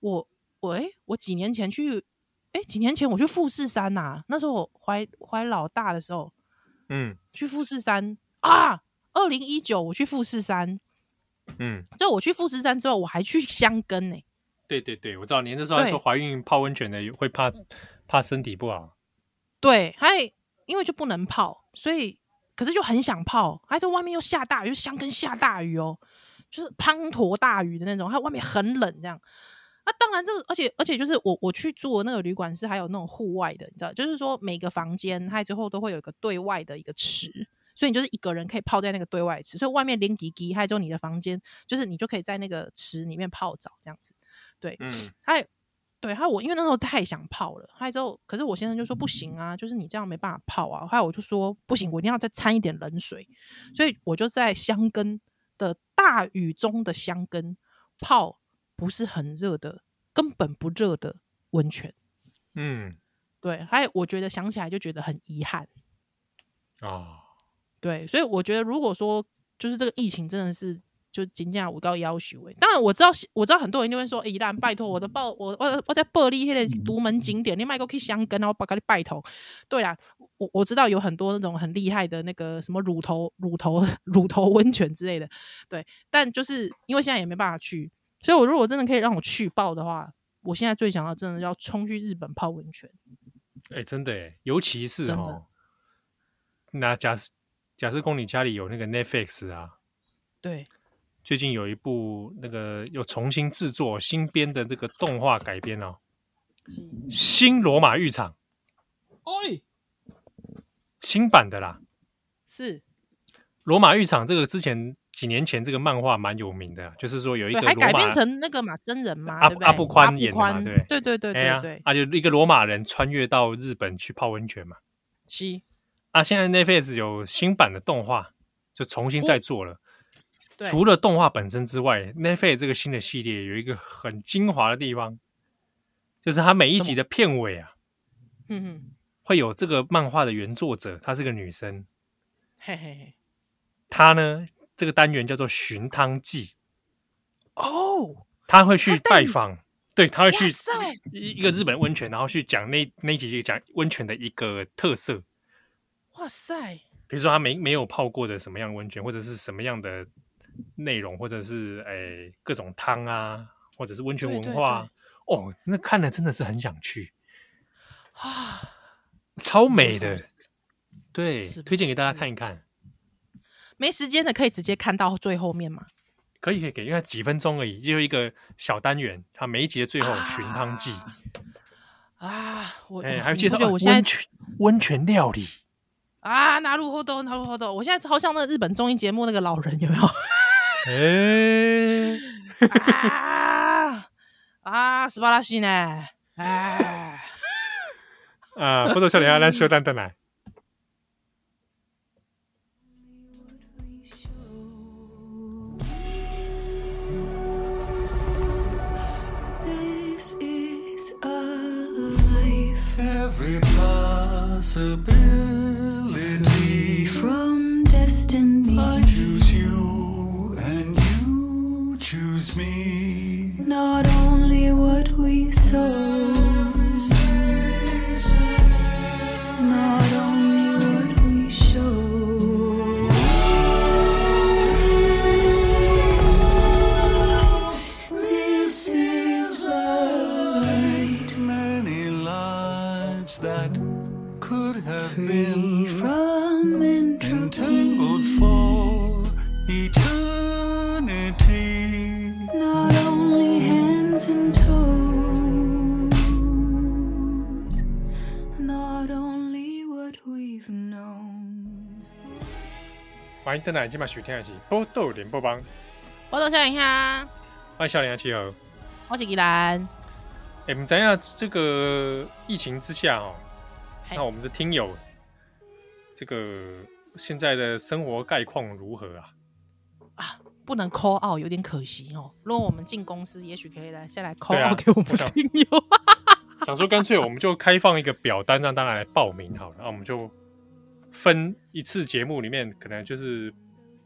C: 我我哎、我几年前去，哎、几年前我去富士山呐、那时候我怀怀老大的时候
B: 嗯
C: 去富士山啊，二零一九我去富士山，
B: 嗯，
C: 就我去富士山之后，我还去香根呢、
B: 对对对，我知道你那时候还
C: 对
B: 说怀孕泡温泉的会怕怕身体不好，
C: 对，还因为就不能泡，所以可是就很想泡，还在外面又下大雨，就香根下大雨哦，就是滂沱大雨的那种，还有外面很冷这样。那、当然这个，而且而且就是我我去住的那个旅馆是还有那种户外的，你知道，就是说每个房间它之后都会有一个对外的一个池。所以你就是一个人可以泡在那个对外池，所以外面淋滴滴，还有之后你的房间就是你就可以在那个池里面泡澡这样子。
B: 嗯，
C: 还对，还有我因为那时候太想泡了，还有之后，可是我先生就说不行啊，就是你这样没办法泡啊。还有我就说不行，我一定要再掺一点冷水，所以我就在香根的大雨中的香根泡不是很热的，根本不热的温泉。
B: 嗯
C: 对，还有我觉得想起来就觉得很遗憾。
B: 啊、
C: 对，所以我觉得如果说就是这个疫情真的是就金价五高要求哎，当然我知道我知道很多人就会说，宜兰拜托我的报我我我在玻璃那个独门景点，你卖个去香根，然后把给你拜头。对啦，我我知道有很多那种很厉害的那个什么乳头乳头乳头温泉之类的，对，但就是因为现在也没办法去，所以我如果真的可以让我去报的话，我现在最想要真的要冲去日本泡温泉。
B: 哎、真的哎，尤其是
C: 真的
B: 哦，那假设假设公你家里有那个 Netflix 啊，
C: 对，
B: 最近有一部那个又重新制作新编的这个动画改编哦，《新罗马浴场》
C: 哎，
B: 新版的啦，《
C: 是
B: 罗马浴场》这个之前几年前这个漫画蛮有名的啊，就是说有一
C: 对，
B: 个
C: 还改
B: 罗
C: 编
B: 马。
C: 成那个嘛真人嘛，
B: 阿
C: 对不对？
B: 阿布宽演的嘛
C: 宽
B: 对不
C: 对对对
B: 哎呀
C: 对对，，
B: 啊，就一个罗马人穿越到日本去泡温泉嘛。
C: 是，
B: 啊，现在 Netflix 有新版的动画，就重新
C: 哦
B: 再做了。
C: 对，
B: 除了动画本身之外，Netflix 这个新的系列有一个很精华的地方，就是它每一集的片尾啊，
C: 嗯嗯，
B: 会有这个漫画的原作者，她是个女生，
C: 嘿嘿嘿，
B: 她呢这个单元叫做《寻汤记》，
C: 哦，
B: 她会去
C: 她带
B: 拜
C: 你
B: 访，对，她会去
C: 哇塞，
B: 一一个日本温泉，然后去讲那那一集就讲温泉的一个特色，
C: 哇塞，
B: 比如说她没没有泡过的什么样的温泉，或者是什么样的内容，或者是诶、各种汤啊，或者是温泉
C: 对
B: 文
C: 对
B: 化啊。哦，那看了真的是很想去，
C: 啊，
B: 超美
C: 是
B: 的
C: 不是，
B: 对，
C: 是不
B: 推荐给大家
C: 是
B: 看一看，
C: 没时间的可以直接看到最后面嘛，
B: 可以可以给，因为它几分钟而已，就一个小单元，它每一集的最后有寻汤记，
C: 啊，我
B: 哎、
C: 我
B: 还有
C: 你
B: 介
C: 不
B: 绍
C: 觉得
B: 哦
C: 啊我现
B: 温
C: 在
B: 泉温泉 料理，
C: 啊，拿入后斗，拿入后斗，我现在好像那个日本综艺节目那个老人有没有
B: 哎、
C: 啊啊，斯巴拉西呢？哎，
B: 啊，波多少年阿兰修蛋蛋奶，
A: This is a life
D: Every possibility.
A: from destiny.
D: I choose you and you choose me.
A: Not only what we sow, not only what we show.
D: This is a light. Many thoughts that could have
A: free
D: been
A: from
D: entangled
A: entropy.
D: for eternity.
A: Not only hands and toes, not only what we've known.
B: 欢迎登来，今晚收听的是《波豆联播帮》，
C: 我都想一下，
B: 欢迎笑脸阿七儿。
C: 我是依兰，
B: 哎，我们讲一下这个疫情之下哦，
C: 嗨
B: 那我们的听友这个现在的生活概况如何啊？
C: 不能 call out 有点可惜哦。如果我们进公司，也许可以来先来 call
B: 对啊
C: out 给我
B: 我
C: 们
B: 想
C: 听友。
B: 想说干脆我们就开放一个表单，让大家来报名好了，那我们就分一次节目里面，可能就是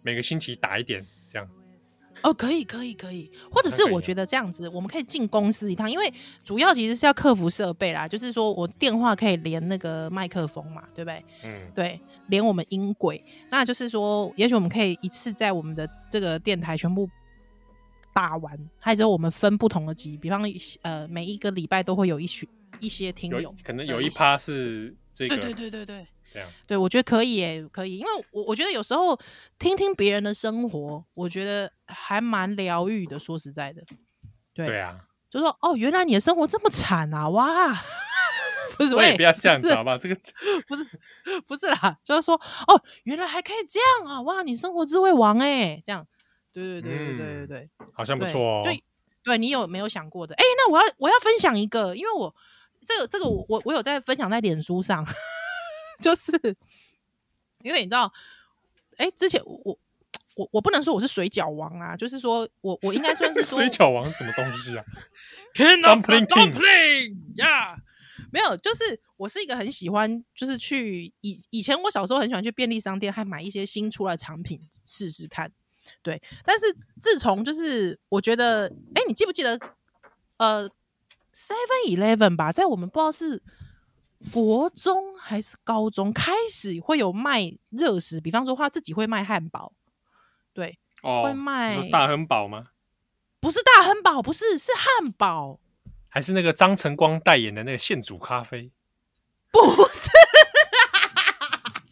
B: 每个星期打一点这样。
C: 哦，可以，可以，可以，或者是
B: 那可以
C: 我
B: 啊
C: 觉得这样子，我们可以进公司一趟，因为主要其实是要克服设备啦，就是说我电话可以连那个麦克风嘛，对不对？
B: 嗯，
C: 对，连我们音轨，那就是说，也许我们可以一次在我们的这个电台全部打完，还有之后我们分不同的集，比方呃，每一个礼拜都会有一群一些听
B: 有
C: 友，
B: 可能
C: 对
B: 有一
C: 些
B: 趴是这个
C: 哎对对对对对，
B: 这样。
C: 对，我觉得可以耶，可以，因为我我觉得有时候听听别人的生活，我觉得还蛮疗愈的。说实在的，对，
B: 对啊，
C: 就说哦，原来你的生活这么惨啊，哇！ 不是，
B: 我也
C: 喂
B: 不要这样
C: 不
B: 子哦
C: 是
B: 好不好？这个
C: 不是啦，就是说哦，原来还可以这样啊，哇，你生活智慧王哎，这样，对对对对对对
B: 嗯
C: 对，
B: 好像不
C: 对
B: 错哦。
C: 对，对你有没有想过的？哎，那我要我要分享一个，因为我这个这个我我我有在分享在脸书上， 就是因为你知道，哎，之前我我我我不能说我是水饺王啊，就是说我我应该算是说
B: 水饺王是什么东西啊？
C: King
B: of the Dumpling King
C: yeah。没有，就是我是一个很喜欢，就是去以以前我小时候很喜欢去便利商店，还买一些新出来的产品试试看。对，但是自从就是我觉得，哎，你记不记得，呃，Seven Eleven 吧，在我们不知道是国中还是高中开始会有卖热食，比方说他自己会卖汉堡，对，
B: 哦，
C: 会卖
B: 你说大亨堡吗？
C: 不是大汉堡，不是是汉堡，
B: 还是那个张晨光代言的那个现煮咖啡？
C: 不是，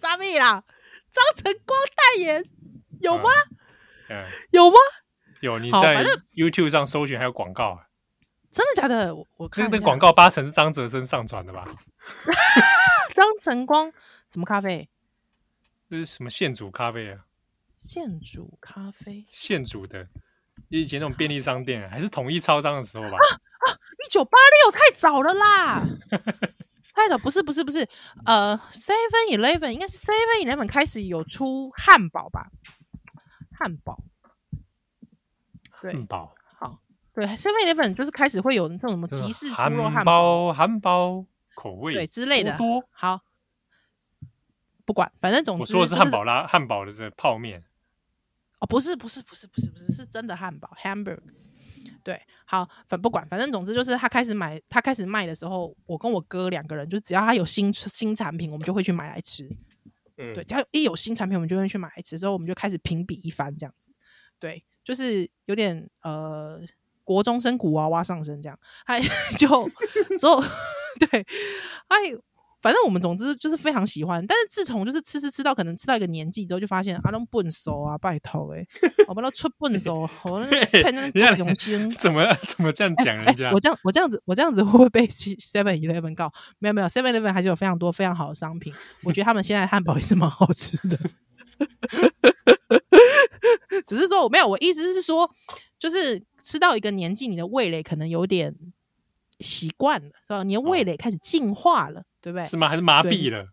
C: 傻逼啦！张晨光代言有
B: 啊
C: 吗？
B: 嗯，
C: 有吗？
B: 有你
C: 好
B: 在
C: 反正
B: YouTube 上搜寻还有广告啊，
C: 真的假的？我我
B: 那
C: 看
B: 那
C: 一下
B: 广，告八成是张哲生上传的吧？
C: 张晨光什么咖 啡？
B: 这是什么现煮咖啡啊？
C: 现煮咖啡，
B: 现煮的，以前那种便利商店啊还是统一超商的时候
C: 啊
B: 吧？
C: 一九八六太早了啦， 太早不是不是不是，呃，Seven Eleven 应该是 Seven Eleven 开始有出汉堡吧？汉堡对
B: 汉堡，
C: 对，Seven Eleven 就是开始会有那种什么
B: 就是
C: 集市猪
B: 汉
C: 肉汉堡
B: 堡，汉堡口味
C: 对之类的
B: 多多。
C: 好，不管，反正总之
B: 我说的是
C: 就是
B: 汉堡拉汉堡的这个泡面，
C: 哦，不是，不是，不是，不是，不是，是真的汉堡 （hamburg）。对，好，反不管，反正总之就是他开始买，他开始卖的时候，我跟我哥两个人，就只要他有新新产品，我们就会去买来吃。
B: 嗯
C: 对，，只要一有新产品，我们就会去买来吃。之后我们就开始评比一番，这样子。对，就是有点呃，国中生古娃娃上身这样。哎， 就之后对，哎，反正我们总之就是非常喜欢。但是自从就是吃吃吃到可能吃到一个年纪之后，就发现阿龙笨手啊，拜托哎、我把它出笨手， 我那看那
B: 你看
C: 个永 兴。
B: 怎么怎么这样 讲人家
C: 哎我？这样我这样子我这样子 会不会被 Seven Eleven 告？没有没有，Seven Eleven 还是有非常多非常好的商品，我觉得他们现在汉堡也是蛮好吃的。 只是说我没有，我意思是说，就是吃到一个年纪，你的味蕾可能有点习惯了，是吧？你的味蕾开始进化了，对不对？
B: 是吗？还是麻
C: 哎对
B: 痹了？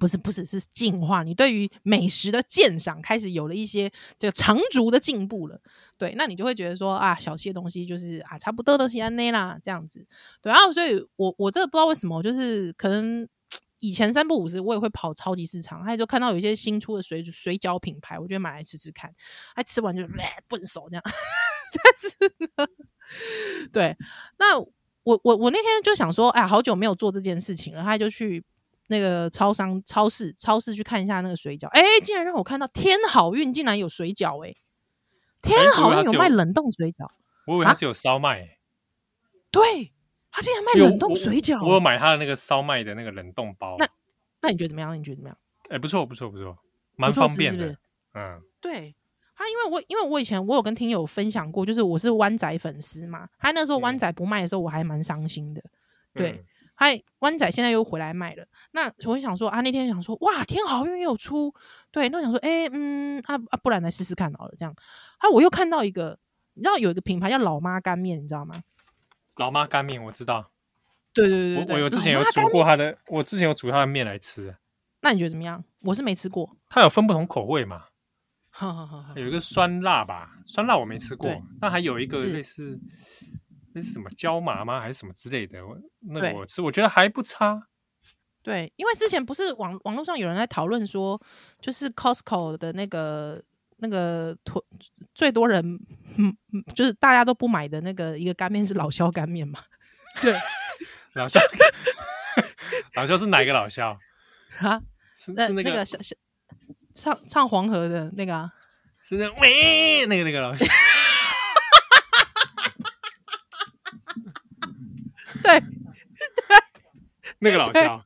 C: 不是不是是进化，你对于美食的鉴赏开始有了一些这个长足的进步了。对，那你就会觉得说啊，小些东西就是啊，差不多都是安内啦这样子。对啊，所以我我这个不知道为什么，就是可能以前三不五时我也会跑超级市场，还有就看到有一些新出的水水饺品牌，我就会买来吃吃看，还吃完就笨手这样。 但是呢， 对，那我我我那天就想说，哎，好久没有做这件事情了，他就去那个超商、超市、超市去看一下那个水饺。哎，竟然让我看到天好运竟然有水饺、哎，天
B: 哎我以为
C: 好
B: 它
C: 运有
B: 只有
C: 卖冷冻水饺，
B: 我以为它
C: 啊
B: 只有烧麦欸，
C: 对，他竟然卖
B: 因为
C: 冷冻
B: 我
C: 水饺，
B: 我有买他的那个烧麦的那个冷冻包，
C: 那那你觉得怎么样？你觉得怎么样？
B: 哎，不错不错不错，蛮
C: 不错
B: 方
C: 吃
B: 便
C: 是不
B: 的
C: 是，
B: 嗯，
C: 对他，因为我因为我以前我有跟听友分享过，就是我是湾仔粉丝嘛，他那时候湾
B: 嗯
C: 仔不卖的时候，我还蛮伤心的。对
B: 嗯，
C: 嗨，湾仔现在又回来卖了。那我就想说啊，那天想说，哇，天好运也有出，对，那我想说，哎、嗯，啊啊，不然来试试看好了，这样。啊，我又看到一个，你知道有一个品牌叫老妈干面，你知道吗？
B: 老妈干面我知道，
C: 对对对
B: 我
C: 对，
B: 我有之前
C: 老
B: 有
C: 妈
B: 煮
C: 干
B: 过
C: 面，
B: 他的，我之前有煮他的面来吃，
C: 那你觉得怎么样？我是没吃过，
B: 它有分不同口味嘛，
C: 哈哈哈哈
B: 有一个酸辣吧，酸辣我没吃过
C: 对，
B: 那还有一个
C: 是
B: 类似那是什么椒麻吗还是什么之类的，我那个
C: 对
B: 我吃我觉得还不差，
C: 对，因为之前不是网网络上有人在讨论说，就是 Costco 的那个那个囤最多人，嗯，嗯就是大家都不买的那个一个干面是老肖干面嘛。
B: 老肖 老肖是哪一个老肖？
C: 啊，
B: 是
C: 那
B: 是那
C: 个小小唱唱黄河的那个、啊，
B: 是那喂那个那个老肖，
C: 对，
B: 那个老
C: 对
B: 肖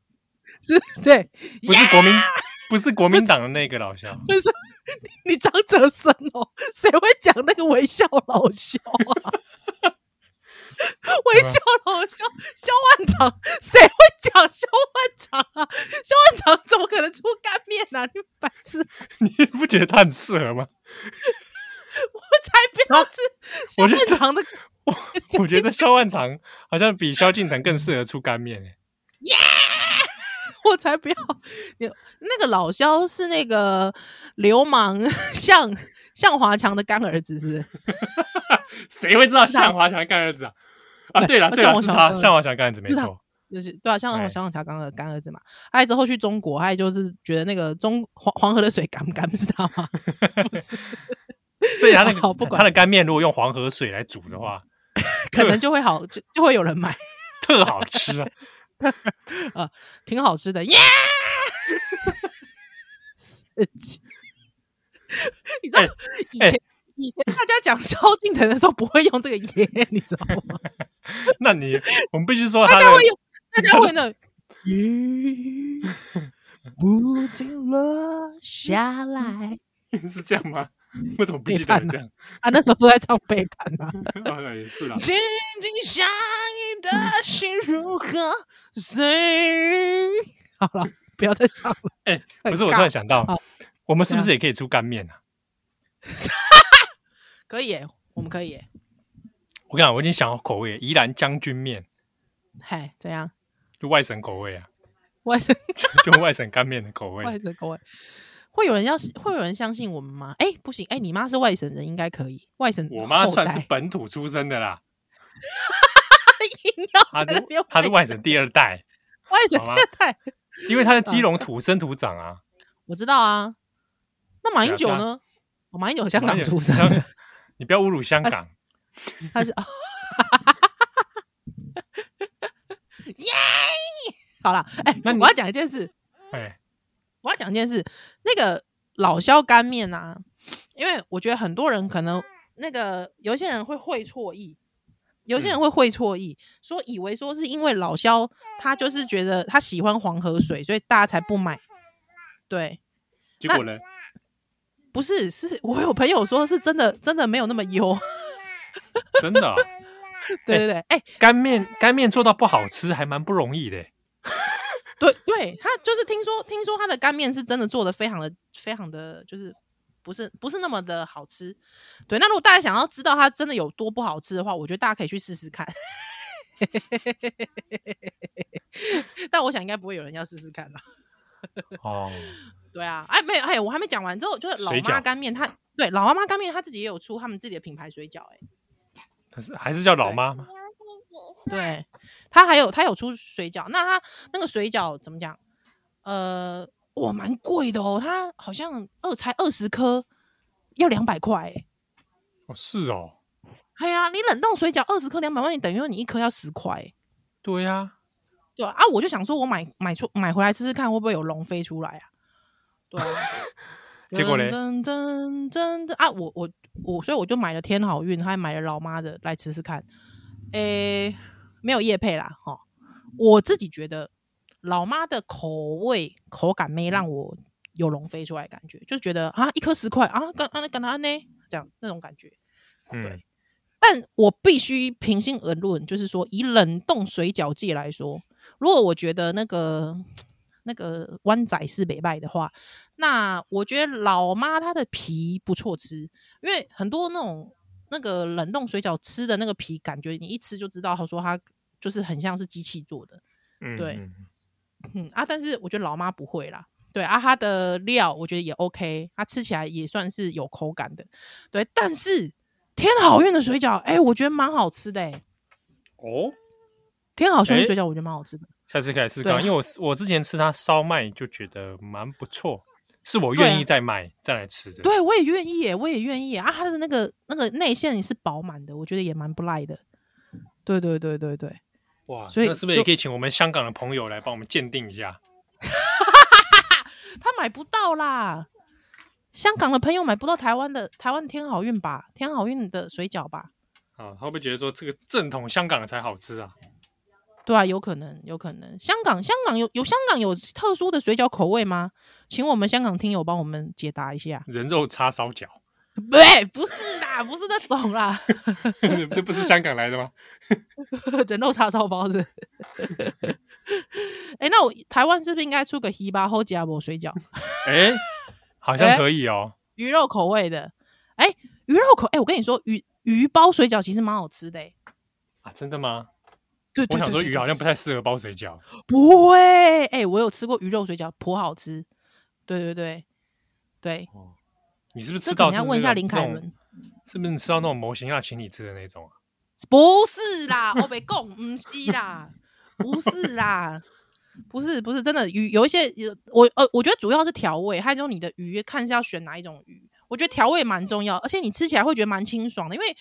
C: 是，对，
B: 不是国民不是国民党的那个老 肖，
C: 不是你张哲生哦，谁会讲那个微笑老肖啊？微笑老肖，肖万长，谁会讲肖万长啊？肖万长怎么可能出干面啊？你白痴，我
B: 你不觉得他很适合吗？
C: 才不要吃肖
B: 我觉得
C: 万长的
B: 我 我觉得萧万长好像比萧敬腾更适合出干面、欸。
C: 我才不要！你那个老肖是那个流氓向向华强的干儿子，是不是？
B: 谁会知道向华强干儿子啊？啊， 对
C: 对
B: 了，对了，
C: 向
B: 是
C: 华
B: 他，
C: 强
B: 向华强干儿子没
C: 是他
B: 错。
C: 就是对啊，像
B: 哎
C: 向华强干儿干儿子嘛。他一直后去中国，他也就是觉得那个中黄黄河的水干不啊干，是他 吗？
B: 所以他那
C: 好不
B: 个
C: 管
B: 他的干面如果用黄河水来煮的 话，
C: 可能就会好，就就会有人买，
B: 特好吃啊！
C: 挺好吃 的耶。神经 你知道、
B: 哎
C: 以
B: 哎
C: 前、以前大家讲萧敬腾的时候不会用这个耶， 你知道吗？
B: 那你啊我们必须说他
C: 大家
B: 的
C: 会有，大家 会呢。 雨不停落下来
B: 是这样吗？为什么不记得这样？
C: 啊！那时候都在唱背叛啊。
B: 哦，也是啦。
C: 静静相依的心如何随？好了，不要再唱了。
B: 哎，
C: 很
B: 不是，我
C: 尬
B: 突然想到
C: 好，
B: 我们是不是也可以出干面啊？
C: 可以耶，我们可以耶。
B: 我跟你讲，我已经想好口味了，宜兰将军面，
C: 嗨，怎样？
B: 就外省口味啊，
C: 外省
B: 就外省干面的口味。
C: 外省口味，会有人要会有人相信我们吗？哎、不行，哎、你妈是外省人，应该可以。外省
B: 我妈
C: 后
B: 算是
C: 代
B: 本土出身的啦，
C: 硬 要
B: 她
C: 在那
B: 是
C: 边
B: 她是外省第二代，
C: 外省
B: 好吗
C: 太
B: 因为她在
C: 哦
B: 基隆土生土长啊。
C: 我知道啊。那马英
B: 对
C: 九
B: 啊
C: 呢？我马英九香港
B: 哎
C: 出生啊
B: 香
C: 的，
B: 你不要侮辱香港。
C: 他是。耶！好了，哎、
B: 那你
C: 我要讲一件事，
B: 哎，
C: 我要讲一件事，那个老肖干面啊，因为我觉得很多人可能那个有一些人会会错意，有
B: 嗯
C: 些人会会错意，说以为说是因为老肖他就是觉得他喜欢黄河水，所以大家才不买。对，
B: 结果呢？
C: 不是，是我有朋友说是真的，真的没有那么优。
B: 真的啊
C: 对对对，哎、
B: 干面干面做到不好吃还蛮不容易的。
C: 对对，他就是听说听说他的干面是真的做的非常的非常的就是不是不是那么的好吃。对，那如果大家想要知道它真的有多不好吃的话，我觉得大家可以去试试看。 但我想应该不会有人要试试看了。
B: 哦，
C: 对啊，哎，没有，哎，我还没讲完之后，就是老
B: 水
C: 妈
B: 饺
C: 干面，他对老妈干面他自己也有出他们自己的品牌水饺、哎，
B: 可是还是叫老妈吗？
C: 对，他还有他有出水饺，那他那个水饺怎么讲？呃，哇，蛮贵的哦，他好像二才二十颗，要两百块欸。
B: 哦，是哦，
C: 哎呀，你冷冻水饺二十颗两百块，你等于说你一颗要十块欸。
B: 对呀，
C: 对啊，啊我就想说，我买买出买回来试试看，会不会有龙飞出来啊？对啊
B: 结果嘞
C: 噔噔噔噔啊！我我我，所以我就买了天好运，还买了老妈的来吃吃看。诶、没有叶配啦，哈、我自己觉得老妈的口味口感没让我有龙飞出来的感觉，就觉得啊一颗十块啊，干啊那干啊呢这样那种感觉。
B: 嗯，
C: 但我必须平心而论，就是说以冷冻水饺界来说，如果我觉得那个那个湾仔是北拜的话，那我觉得老妈她的皮不错吃，因为很多那种那个冷冻水饺吃的那个皮，感觉你一吃就知道，她说它就是很像是机器做的。
B: 嗯
C: 对
B: 嗯
C: 嗯啊，但是我觉得老妈不会啦。对啊，它的料我觉得也 OK，它吃起来也算是有口感的。对，但是天好运的水饺，哎、我觉得蛮好吃的、哎，
B: 哦，
C: 天好兄弟
B: 哎
C: 水饺我觉得蛮好吃的。
B: 下次可以来试试
C: 对
B: 看，因为我我之前吃它烧麦就觉得蛮不错，是我愿
C: 对啊
B: 意再买再来吃的。
C: 对，我也愿意耶，我也愿意耶啊！它的那个那个内馅也是饱满的，我觉得也蛮不赖的。对对对对对，
B: 哇，
C: 所以
B: 那是不是也
C: 就
B: 可以请我们香港的朋友来帮我们鉴定一下？
C: 他买不到啦，香港的朋友买不到台湾的台湾天好运吧，天好运的水饺吧。
B: 啊，他会不会觉得说这个正统香港的才好吃啊？
C: 对啊，有可能，有可能。香港，香港有有香港有特殊的水饺口味吗？请我们香港听友帮我们解答一 下。
B: 人肉叉烧饺，
C: 不对，不是啦，不是那种啦，
B: 这不是香港来的吗？
C: 人肉叉烧包子。 哎、那我台湾是不是应该出个希巴后吉阿伯水饺，
B: 哎、好像
C: 哎
B: 可以哦。
C: 鱼肉口味的？哎、鱼肉口，哎、我跟你说，鱼鱼包水饺其实蛮好吃的、欸。
B: 啊，真的吗？
C: 对对
B: 我想
C: 对
B: 说
C: 对
B: 鱼好啊像不太适合包水饺。
C: 不会，哎、我有吃过鱼肉水饺，颇好吃。对对对对，
B: 你是不是
C: 这
B: 吃
C: 可
B: 到
C: 能
B: 是
C: 要
B: 不是
C: 问一下
B: 那种
C: 林凯，
B: 那
C: 伦
B: 种。是不是你吃到那种模型要请你吃的那种啊？
C: 不是啦，我没讲，不是啦， 不是啦，不是不是真的鱼有一些有我呃，我觉得主要是调味，还有就是你的鱼看是要选哪一种鱼。我觉得调味蛮重要，而且你吃起来会觉得蛮清爽的，因为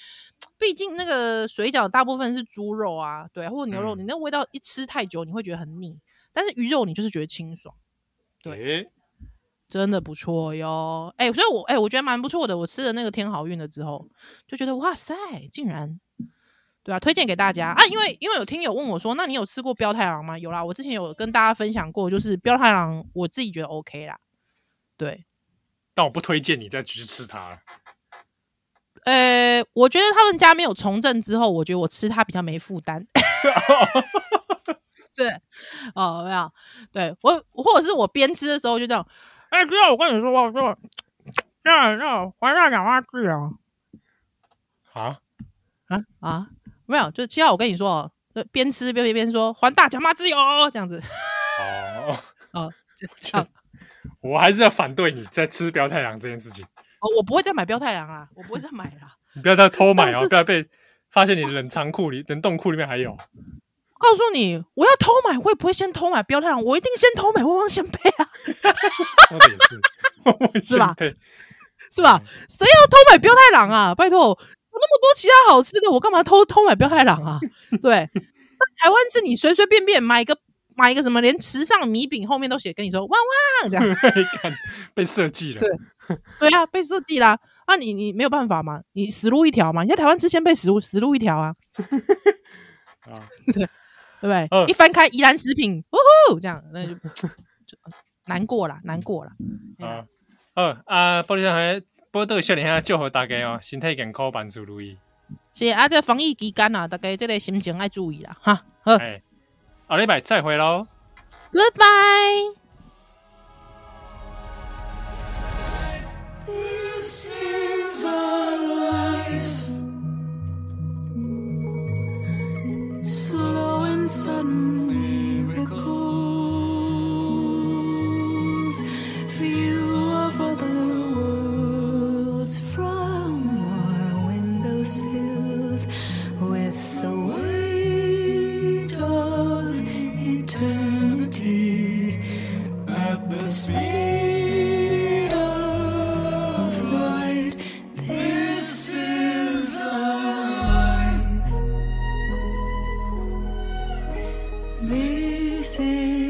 C: 毕竟那个水饺大部分是猪肉啊，对啊，或者牛肉，
B: 嗯
C: 你那味道一吃太久，你会觉得很腻。但是鱼肉你就是觉得清爽，对
B: 诶，
C: 真的不错哟。哎、所以我哎、我觉得蛮不错的。我吃了那个天好运了之后，就觉得哇塞，竟然对啊，推荐给大家啊！因为因为有听友问我说，那你有吃过标太郎吗？有啦，我之前有跟大家分享过，就是标太郎，我自己觉得 OK 啦。对，
B: 但我不推荐你再去吃它了。
C: 呃，我觉得他们家没有从政之后，我觉得我吃它比较没负担。 是，哦，有没有，对我或者是我边吃的时候就这样，哎、不要我跟你说，我说，那那我要讲话自啊
B: 啊，
C: 啊啊，没有，就七号，我跟你说哦，就边吃边边边说还大脚妈自由这样子，
B: 哦，
C: 哦，就这样。
B: 我还是要反对你在吃标太郎这件事情。
C: 哦，我不会再买标太郎啦，我不会再买啦。
B: 你不要再偷买
C: 上
B: 哦，
C: 次
B: 不要被发现你冷藏库里、冷冻库里面还有。
C: 告诉你，我要偷买，我也不会先偷买标太郎，我一定先偷买旺旺仙贝啊，
B: 说的也是， 我也
C: 是吧
B: 对，
C: 是吧？
B: 嗯
C: 谁要偷买标太郎啊？拜托，有那么多其他好吃的，我干嘛偷偷买标太 郎啊？对，那台湾是你随随便便买一个买一个什么，连池上米饼后面都写跟你说旺旺这样。
B: 看被设计了
C: 是。对啊，被设计啦。啊你，你没有办法嘛，你死路一条嘛。你在台湾吃鲜贝死路死路一条啊，
B: 啊，
C: 对不对？
B: 嗯
C: 一翻开宜兰食品，呜呼，这样那就就难过啦，难过啦。哎呀
B: 啊，呃啊，玻璃上还波多笑脸下祝福大家哦，身体健康，万事如意。
C: 是啊，这防疫期间啊，大家这个心情爱注意啦，哈。好
B: 哎，好礼拜再会喽。
C: ，Goodbye。
D: This is our life.
A: Slow and sudden miracles, view of other worlds from our window sills, with the weight of
D: Eternity at the speed of light. This is our life.
A: this is.